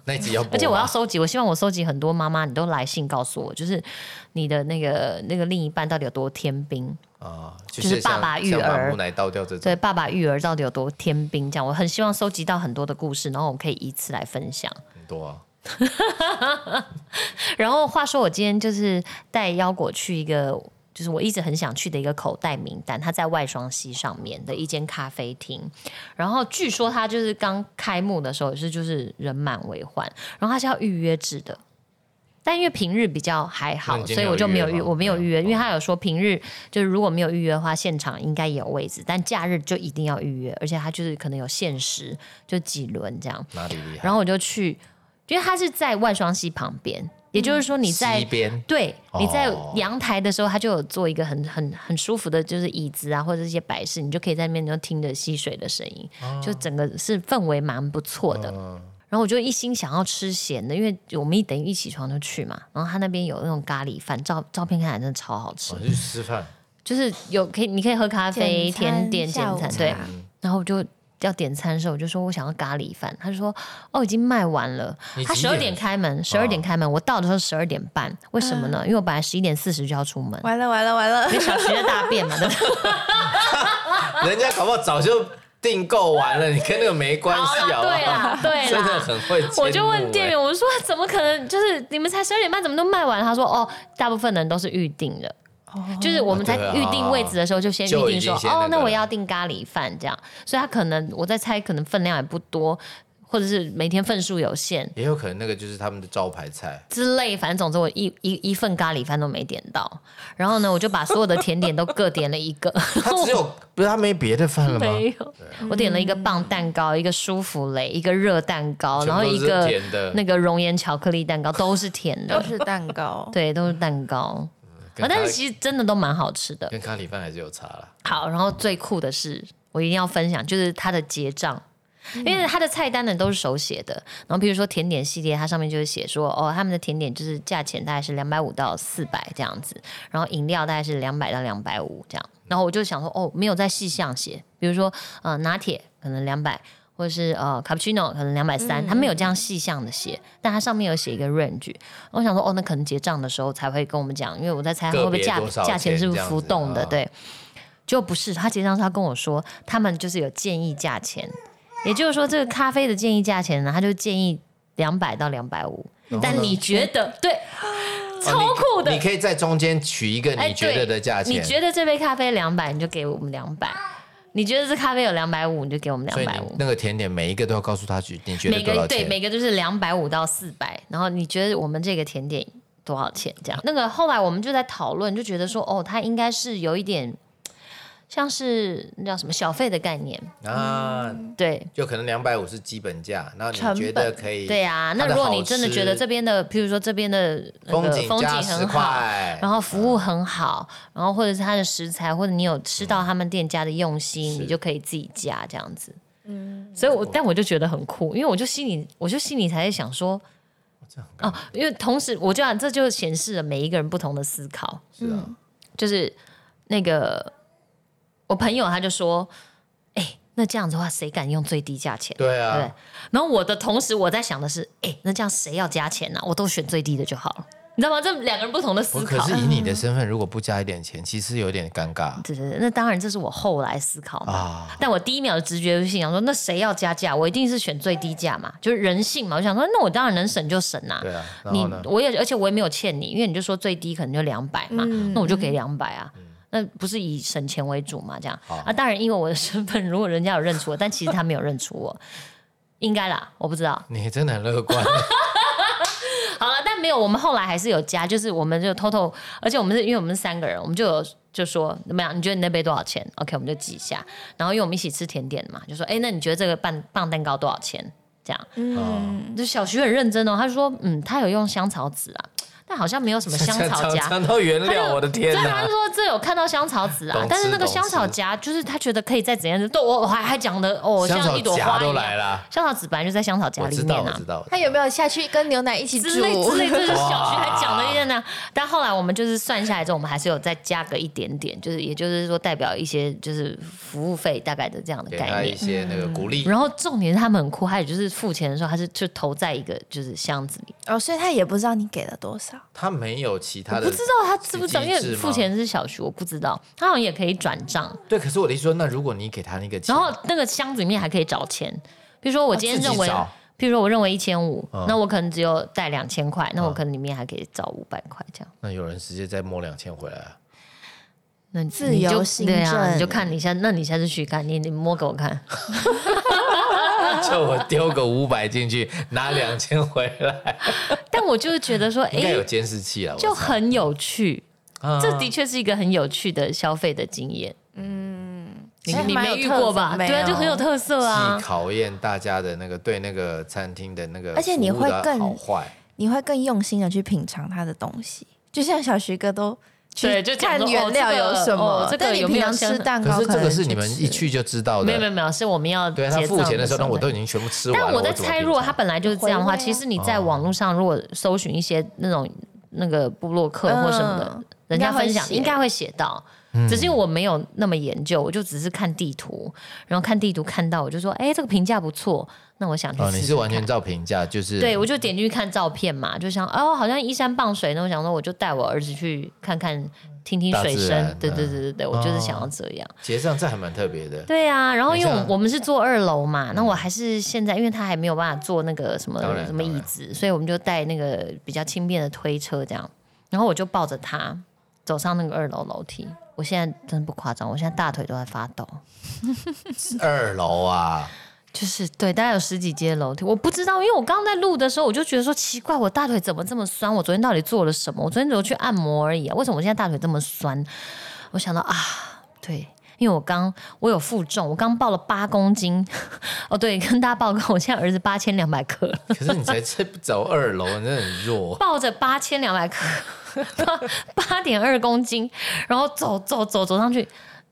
Speaker 2: 那一集要播吗，
Speaker 1: 而且我要收集，我希望我收集很多妈妈，你都来信告诉我，就是你的那个那个另一半到底有多天兵，
Speaker 2: 啊，就
Speaker 1: 就是
Speaker 2: 是
Speaker 1: 爸
Speaker 2: 像
Speaker 1: 爸育
Speaker 2: 像把
Speaker 1: 儿
Speaker 2: 木乃倒掉这种
Speaker 1: 对，爸爸育儿到底有多天兵，这样我很希望收集到很多的故事，然后我可以一次来分享。
Speaker 2: 很多啊。
Speaker 1: 然后话说，我今天就是带腰果去一个，就是我一直很想去的一个口袋名单，它在外双溪上面的一间咖啡厅。然后据说它就是刚开幕的时候也是就是人满为患，然后它是要预约制的。但因为平日比较还
Speaker 2: 那
Speaker 1: 好，
Speaker 2: 你今
Speaker 1: 所
Speaker 2: 天
Speaker 1: 以我就没有
Speaker 2: 有
Speaker 1: 预，
Speaker 2: 预约吗
Speaker 1: 我没有预约，
Speaker 2: 嗯
Speaker 1: 因为他有说平日就是如果没有预约的话，现场应该也有位置，但假日就一定要预约，而且它就是可能有限时，就几轮这样。
Speaker 2: 哪里厉害？
Speaker 1: 然后我就去，因为它是在万双溪旁边，也就是说你在、
Speaker 2: 西边
Speaker 1: 对
Speaker 2: 哦
Speaker 1: 你在阳台的时候，它就有做一个很很很舒服的，就是椅子啊或者一些摆饰，你就可以在那边就听着溪水的声音，就整个是氛围蛮不错
Speaker 2: 嗯
Speaker 1: 的。然后我就一心想要吃咸的，因为我们一等于一起床就去嘛。然后他那边有那种咖喱饭，照照片看起来真的超好吃
Speaker 2: 我，去吃饭，
Speaker 1: 就是有可以你可以喝咖啡、
Speaker 3: 简餐
Speaker 1: 甜点、简
Speaker 3: 下午
Speaker 1: 餐，
Speaker 3: 茶
Speaker 1: 对。然后我就要点餐的时候，我就说我想要咖喱饭，他就说哦已经卖完了
Speaker 2: 你。
Speaker 1: 他
Speaker 2: 几
Speaker 1: 十
Speaker 2: 点
Speaker 1: 二点开门，十二点开门，我到的时候十二点半，为什么呢？
Speaker 3: 嗯
Speaker 1: 因为我本来十一点四十就要出门，
Speaker 3: 完了完了完了
Speaker 1: 因，为小徐在大便嘛，对不对？
Speaker 2: 人家搞不好早就订购完了，你跟那个没关系，好不
Speaker 1: 啊对啦
Speaker 2: 好？，
Speaker 1: 对
Speaker 2: 真的
Speaker 1: 啦。
Speaker 2: 很会迁怒 欸。
Speaker 1: 我就问店员，我说怎么可能？就是你们才十二点半，怎么都卖完了？他说哦，大部分人都是预定的，就是我们在
Speaker 2: 啊对啊
Speaker 1: 预定位置的时候就先
Speaker 2: 就
Speaker 1: 预
Speaker 2: 已
Speaker 1: 定
Speaker 2: 经
Speaker 1: 说
Speaker 2: 先
Speaker 1: 哦，
Speaker 2: 那
Speaker 1: 那
Speaker 2: 个
Speaker 1: 我
Speaker 2: 了
Speaker 1: 要订咖喱饭这样，所以他可能我在猜，可能分量也不多，或者是每天份数有限，
Speaker 2: 也有可能那个就是他们的招 牌菜，
Speaker 1: 之类，反正总之我一一一份咖喱饭都没点到。然后呢，我就把所有的甜点都各点了一个，
Speaker 2: 他只有不是他没别的饭 了吗？
Speaker 1: 没有，我点了一个棒蛋糕，一个舒芙蕾，一个热蛋糕，
Speaker 2: 全
Speaker 1: 然后
Speaker 2: 部都
Speaker 1: 一
Speaker 2: 是
Speaker 1: 个
Speaker 2: 甜的
Speaker 1: 那个熔岩巧克力蛋糕，都是甜
Speaker 3: 都
Speaker 1: 的，
Speaker 3: 是蛋 糕，
Speaker 1: 对，都是蛋糕。
Speaker 2: 跟
Speaker 1: 啊
Speaker 2: 咖
Speaker 1: 但是其实真的都蛮好吃的。
Speaker 2: 跟咖喱饭还是有差啦。
Speaker 1: 好，然后最酷的是，我一定要分享，就是它的结账。因为它的菜单呢都是手写的，然后比如说甜点系列，它上面就是写说哦，他们的甜点就是价钱大概是两百五到四百这样子，然后饮料大概是两百到两百五这样，然后我就想说哦，没有在细项写，比如说呃拿铁可能两百，或者是呃卡布奇诺可能两百三，它没有这样细项的写，但它上面有写一个 range，我想说哦，那可能结账的时候才会跟我们讲，因为我在猜它会不会价
Speaker 2: 个别多少
Speaker 1: 价钱是不是
Speaker 2: 钱这样子
Speaker 1: 浮动的，
Speaker 2: 啊
Speaker 1: 对，就不是，他结账时他跟我说，他们就是有建议价钱，也就是说这个咖啡的建议价钱呢，他就建议两百到两百五
Speaker 2: 然后呢，
Speaker 1: 但你觉得对，
Speaker 2: 哦你
Speaker 1: 超酷的
Speaker 2: 你，可以在中间取一个
Speaker 1: 哎
Speaker 2: 你觉得的价钱，
Speaker 1: 对你觉得这杯咖啡两百，你就给我们两百。你觉得这咖啡有两百五，你就给我们
Speaker 2: 所
Speaker 1: 两
Speaker 2: 以
Speaker 1: 百
Speaker 2: 你
Speaker 1: 五。
Speaker 2: 那个甜点每一个都要告诉他去，你觉得
Speaker 1: 每
Speaker 2: 多少
Speaker 1: 个
Speaker 2: 钱？
Speaker 1: 对每个就是两百五到四百，然后你觉得我们这个甜点多少钱？这样，那个后来我们就在讨论，就觉得说，哦，它应该是有一点像是那叫什么小费的概念，
Speaker 2: 啊，
Speaker 1: 对。
Speaker 2: 就可能两百五是基本价，然后
Speaker 3: 成
Speaker 2: 你觉得
Speaker 3: 本
Speaker 2: 可以
Speaker 1: 对呀、
Speaker 2: 它
Speaker 1: 那
Speaker 2: 的
Speaker 1: 如果
Speaker 2: 好
Speaker 1: 你真的觉得
Speaker 2: 吃
Speaker 1: 这边的，譬如说这边的那
Speaker 2: 风
Speaker 1: 个
Speaker 2: 景
Speaker 1: 风景
Speaker 2: 加10
Speaker 1: 很好，
Speaker 2: 块，
Speaker 1: 然后
Speaker 2: 嗯
Speaker 1: 服务很好，然后或者是它的食材，或者你有吃到他们店家的用心，
Speaker 2: 是
Speaker 1: 你就可以自己加这样子。嗯，所以我但我就觉得很酷，因为我就心里我就心里才在想说，哦，因为同时我这样这就显示了每一个人不同的思考，
Speaker 2: 是啊，
Speaker 1: 就是那个我朋友他就说，哎、那这样子的话，谁敢用最低价钱？
Speaker 2: 对
Speaker 1: 对
Speaker 2: 啊，，
Speaker 1: 然后我的同时我在想的是，哎，那这样谁要加钱呢、啊我都选最低的就好了，你知道吗？这两个人不同的
Speaker 2: 我
Speaker 1: 思
Speaker 2: 哦可
Speaker 1: 考嗯
Speaker 2: 是。以你的身份，如果不加一点钱，其实有点尴尬
Speaker 1: 对对对，那当然这是我后来思考嘛。
Speaker 2: 啊。
Speaker 1: 但我第一秒的直觉就是想说，那谁要加价，我一定是选最低价嘛，就是人性嘛。我想说，那我当然能省就省呐、
Speaker 2: 对啊，然
Speaker 1: 你
Speaker 2: 后呢？
Speaker 1: 我也而且我也没有欠你，因为你就说最低可能就两百嘛，那我就给两百啊。
Speaker 2: 嗯
Speaker 1: 那不是以省钱为主嘛？这样
Speaker 2: 好
Speaker 1: 啊，当然因为我的身份，如果人家有认出我，但其实他没有认出我，应该啦，我不知道。
Speaker 2: 你真的很乐观，
Speaker 1: 好了，但没有，我们后来还是有加，就是我们就偷偷，而且我们是因为我们是三个人，我们就有就说怎么样？你觉得你那杯多少钱？OK，我们就记一下。然后因为我们一起吃甜点嘛，就说哎，那你觉得这个半棒蛋糕多少钱？这样，
Speaker 2: 嗯
Speaker 3: 嗯，
Speaker 1: 就小徐很认真哦，他就说嗯，他有用香草籽啊，但好像没有什么 香草哎
Speaker 2: 常
Speaker 1: 荚。
Speaker 2: 常都原
Speaker 1: 他
Speaker 2: 谅
Speaker 1: 就
Speaker 2: 我的天
Speaker 1: 对，他
Speaker 2: 哪
Speaker 1: 就！说这有看到香草籽
Speaker 2: 懂
Speaker 1: 啊
Speaker 2: 吃，
Speaker 1: 但是那个
Speaker 2: 懂吃
Speaker 1: 香草荚啊就是他觉得可以再怎样，都我我还还讲的哦，
Speaker 2: 香
Speaker 1: 像
Speaker 2: 草
Speaker 1: 一朵
Speaker 2: 荚
Speaker 1: 花
Speaker 2: 都
Speaker 1: 一
Speaker 2: 来
Speaker 1: 样。
Speaker 2: 啦，
Speaker 1: 香草籽本来就在香草荚
Speaker 2: 我
Speaker 1: 里
Speaker 2: 知
Speaker 1: 面
Speaker 2: 道，我
Speaker 1: 啊
Speaker 2: 知，道。
Speaker 3: 他有没有下去跟牛奶一起
Speaker 1: 之类之
Speaker 3: 煮？
Speaker 1: 类，这就是小徐还讲的一些呢。但后来我们就是算下来之后，我们还是有再加个一点点，就是也就是说代表一些就是服务费大概的这样的
Speaker 2: 给他
Speaker 1: 概
Speaker 2: 一
Speaker 1: 念。
Speaker 2: 些那个鼓励，
Speaker 1: 嗯然后重点是他们很酷，还有就是付钱的时候，他是就投在一个就是箱子里，
Speaker 3: 哦，所以他也不知道你给了多少。
Speaker 2: 他没有其他
Speaker 1: 我
Speaker 2: 的，
Speaker 1: 不知道他知不知道，
Speaker 2: 机
Speaker 1: 因
Speaker 2: 制吗
Speaker 1: 为付钱是小徐，我不知道，他好像也可以转账，
Speaker 2: 对，可是我的意思说，那如果你给他那个钱，
Speaker 1: 然后那个箱子里面还可以找钱，比如说我今天
Speaker 2: 自己
Speaker 1: 认为
Speaker 2: 找。
Speaker 1: 譬如说，我认为一千五
Speaker 2: 嗯，
Speaker 1: 那我可能只有带两千块，那我
Speaker 2: 嗯
Speaker 1: 可能里面还可以找五百块这样。
Speaker 2: 那有人直接再摸两千回来 啊，
Speaker 1: 那你
Speaker 3: 自
Speaker 1: 你就
Speaker 3: 由行
Speaker 1: 对啊，
Speaker 3: 政
Speaker 1: 你就看你下，那你下次去看，你你摸给我看，
Speaker 2: 就我丢个五百进去，拿两千回来，
Speaker 1: 但我就是觉得说，
Speaker 2: 应该
Speaker 1: 哎
Speaker 2: 有，监视器啊，我
Speaker 1: 就
Speaker 2: 猜
Speaker 1: 很有趣，
Speaker 2: 啊
Speaker 1: 这的确是一个很有趣的消费的经验。你
Speaker 3: 哎
Speaker 1: 你
Speaker 3: 蛮有
Speaker 1: 没遇
Speaker 3: 特
Speaker 1: 过
Speaker 3: 色
Speaker 1: 吧？
Speaker 3: 没
Speaker 1: 对啊，
Speaker 3: 有
Speaker 1: 就很有特色啊
Speaker 2: 既。考验大家的那个对那个餐厅的那个，
Speaker 3: 而且你会更
Speaker 2: 好坏，
Speaker 3: 你会更用心的去品尝它的东西，就像小徐哥都去
Speaker 1: 对就讲
Speaker 3: 看
Speaker 1: 说哦
Speaker 3: 原料
Speaker 1: 这个
Speaker 3: 有什么，
Speaker 1: 哦这个
Speaker 3: 但你
Speaker 1: 有没
Speaker 3: 平
Speaker 1: 有
Speaker 3: 常
Speaker 1: 香
Speaker 3: 吃蛋糕
Speaker 2: 可是
Speaker 3: 能就吃，
Speaker 2: 这个是你们一去就知道的，
Speaker 1: 没有没有没有，是我们要
Speaker 2: 对啊
Speaker 1: 结
Speaker 2: 他
Speaker 1: 账
Speaker 2: 付钱的时候，那我
Speaker 1: 才
Speaker 2: 都已经全部吃完了，
Speaker 1: 但我在
Speaker 2: 怎么
Speaker 1: 猜，
Speaker 2: 品
Speaker 1: 如果
Speaker 2: 尝
Speaker 1: 他本来就是这样的
Speaker 3: 回
Speaker 1: 话，
Speaker 3: 味啊
Speaker 1: 其实你在网络上如果搜寻一些那种那个部落客或什么的
Speaker 3: 嗯，
Speaker 1: 人家分享应
Speaker 3: 应该会写
Speaker 1: 该会写到。
Speaker 2: 嗯
Speaker 1: 只是我没有那么研究，我就只是看地图，然后看地图看到我就说，哎、这个评价不错，那我想去试
Speaker 2: 哦，
Speaker 1: 试
Speaker 2: 你是完全
Speaker 1: 看
Speaker 2: 照评价，就是
Speaker 1: 对，我就点进去看照片嘛，就想哦，好像依山傍水，那我想说我就带我儿子去看看，听听
Speaker 2: 大
Speaker 1: 水
Speaker 2: 自
Speaker 1: 声
Speaker 2: 然，
Speaker 1: 对对
Speaker 2: 嗯
Speaker 1: 对对对，我就是
Speaker 2: 哦
Speaker 1: 想要这样。
Speaker 2: 结账，这还蛮特别的。
Speaker 1: 对啊，然后因为
Speaker 2: 等一
Speaker 1: 我
Speaker 2: 下嗯
Speaker 1: 我们是坐二楼嘛，那我还是现在，因为他还没有办法坐那个什么
Speaker 2: 当然
Speaker 1: 什么椅
Speaker 2: 当然
Speaker 1: 子，所以我们就带那个比较轻便的推车这样，然后我就抱着他走上那个二楼楼梯。我现在真的不夸张，我现在大腿都在发抖，
Speaker 2: 二楼啊，
Speaker 1: 就是对，大概有十几阶楼梯，我不知道，因为我刚刚在录的时候，我就觉得说奇怪，我大腿怎么这么酸？我昨天到底做了什么？我昨天只有去按摩而已啊，为什么我现在大腿这么酸？我想到啊，对，因为我刚我有负重，我刚报了八公斤。 哦，对，跟大家报告，我现在儿子八千两百克，
Speaker 2: 可是你才这走二楼，你真的很弱。
Speaker 1: 抱着八千两百克，八点二公斤，然后走走走走上去，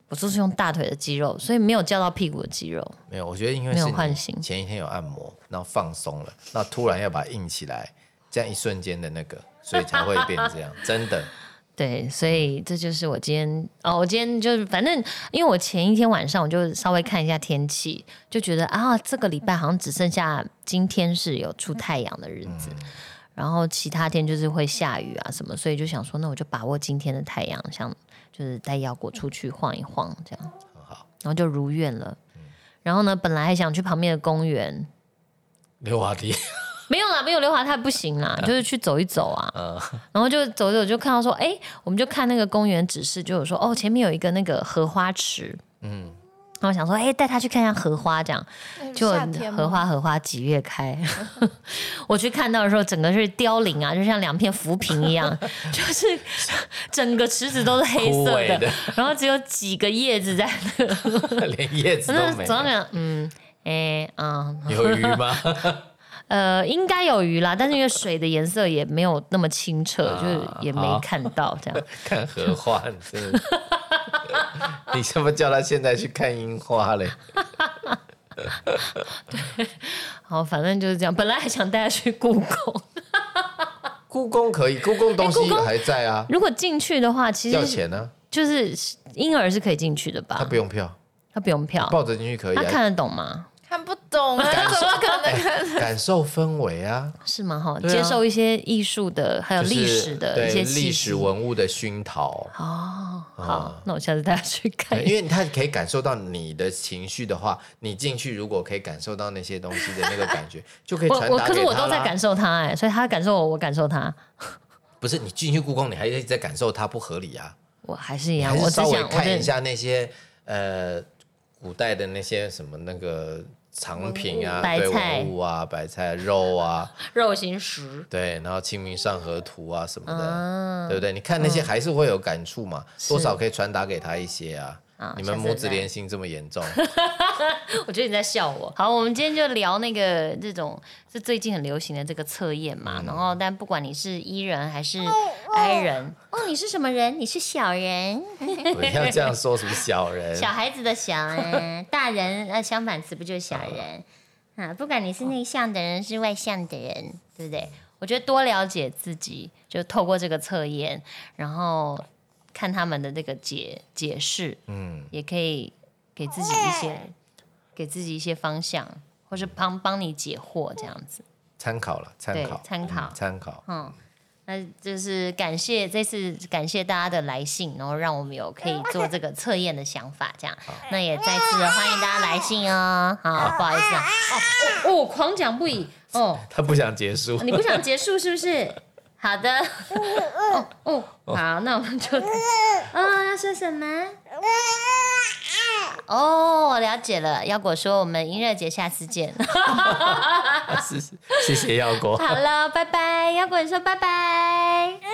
Speaker 1: 我就是用大腿的肌肉，所以没有叫到屁股的肌肉。
Speaker 2: 没有，我觉得因为
Speaker 1: 没
Speaker 2: 是
Speaker 1: 有
Speaker 2: 你
Speaker 1: 唤醒
Speaker 2: 前一天有按摩，然后放松了，那突然要把它硬起来，这样一瞬间的那个，所以才会变这样。真的，
Speaker 1: 对，所以这就是我今天哦，我今天就是反正，因为我前一天晚上我就稍微看一下天气，就觉得啊，这个礼拜好像只剩下今天是有出太阳的日子，然后其他天就是会下雨啊什么，所以就想说，那我就把握今天的太阳，想就是带腰果出去晃一晃这样，然后就如愿了。然后呢，本来还想去旁边的公园，
Speaker 2: 溜滑梯，
Speaker 1: 没有啦，没有溜滑梯不行啦，就是去走一走啊。
Speaker 2: 嗯，
Speaker 1: 然后就走走就看到说，哎，我们就看那个公园指示，就有说哦，前面有一个那个荷花池，嗯，那我想说，哎、带他去看一下荷花，这样就
Speaker 3: 夏天吗
Speaker 1: 荷花荷花几月 开？我去看到的时候，整个是凋零啊，就像两片浮萍一 样，就是整个池子都是黑色
Speaker 2: 枯萎
Speaker 1: 的，
Speaker 2: 的
Speaker 1: 然后只有几个叶子在那。
Speaker 2: 连叶 子
Speaker 1: 我
Speaker 2: 都
Speaker 1: 那
Speaker 2: 没
Speaker 1: 总
Speaker 2: 有。
Speaker 1: 感觉，嗯，哎、嗯，
Speaker 2: 有鱼吗？
Speaker 1: 呃，应该有鱼啦，但是因为水的颜色也没有那么清澈，
Speaker 2: 啊
Speaker 1: 就是也没
Speaker 2: 好
Speaker 1: 看到这样。
Speaker 2: 看荷花，你真的。 你这么叫他现在去看樱花嘞？
Speaker 1: 好，反正就是这样。本来还想带他去故宫，
Speaker 2: 故宫可以，
Speaker 1: 哎
Speaker 2: 故宫东西还在啊，
Speaker 1: 如果进去的话，其
Speaker 2: 要
Speaker 1: 实
Speaker 2: 钱呢，
Speaker 1: 就是婴儿是可以进去的吧？
Speaker 2: 他不用票，
Speaker 1: 他不用票，
Speaker 2: 抱着进去可以
Speaker 1: 哦他
Speaker 2: 啊，
Speaker 1: 看得懂吗？
Speaker 3: 看不懂啊，怎么可能看？
Speaker 2: 感受氛围啊，
Speaker 1: 是吗？哈、
Speaker 2: 对啊
Speaker 1: 接受一些艺术的，还有
Speaker 2: 就是
Speaker 1: 历史的
Speaker 2: 对
Speaker 1: 一些
Speaker 2: 历
Speaker 1: 气息
Speaker 2: 史。文物的熏陶。
Speaker 1: 哦，
Speaker 2: 啊
Speaker 1: 好，那我下次带他去看一下。
Speaker 2: 因为他可以感受到你的情绪的话，你进去如果可以感受到那些东西的那个感觉，就可以
Speaker 1: 我
Speaker 2: 传
Speaker 1: 我
Speaker 2: 达
Speaker 1: 可
Speaker 2: 给
Speaker 1: 是我
Speaker 2: 他
Speaker 1: 都在
Speaker 2: 啦
Speaker 1: 感受他哎、所以他感受我，我感受他，
Speaker 2: 不是你进去故宫，你还一直在感受它不合理啊，
Speaker 1: 我还是一
Speaker 2: 你
Speaker 1: 样，
Speaker 2: 还
Speaker 1: 我
Speaker 2: 是
Speaker 1: 只
Speaker 2: 稍
Speaker 1: 想
Speaker 2: 微
Speaker 1: 我
Speaker 2: 看一
Speaker 1: 只
Speaker 2: 下那些呃古代的那些什么那个藏品啊、
Speaker 1: 白
Speaker 2: 对
Speaker 1: 菜
Speaker 2: 文物啊、白菜肉啊，
Speaker 1: 肉形石
Speaker 2: 对，然后《清明上河图》啊什么的。
Speaker 1: 啊
Speaker 2: 对不对？你看那些还是会有感触嘛，
Speaker 1: 是
Speaker 2: 多少可以传达给他一些啊。
Speaker 1: 啊
Speaker 2: 你们
Speaker 1: 下次
Speaker 2: 母
Speaker 1: 再
Speaker 2: 子连心这么严重，
Speaker 1: 我觉得你在笑我。好，我们今天就聊那个这种是最近很流行的这个测验嘛。然后，但不管你是 E 人还是 I 人，哦，你是什么人？你是小人，
Speaker 2: 不要这样说，什么小人？
Speaker 1: 小孩子的小人，大人呃相反词不就是小人啊？不管你是内向的人，是外向的人，对不对？我觉得多了解自己，就透过这个测验，然后看他们的这个解解释，
Speaker 2: 嗯，
Speaker 1: 也可以给自己一些，给自己一些方向，或是帮帮你解惑这样子。
Speaker 2: 参考了，参
Speaker 1: 对
Speaker 2: 考，
Speaker 1: 参考
Speaker 2: 嗯参考。
Speaker 1: 嗯，那就是感谢这次感谢大家的来信，然后让我们有可以做这个测验的想法，这样。那也再次欢迎大家来信哦。好，不好意思啊，哦哦，哦狂讲不已哦，
Speaker 2: 他不想结束，
Speaker 1: 你不想结束是不是？好的，哦哦，好，那我们就，啊，要说什么？哦，我了解了。要果说我们音乐节下次见。
Speaker 2: 谢谢谢谢耀哥。
Speaker 1: 好了，拜拜。要果说拜拜。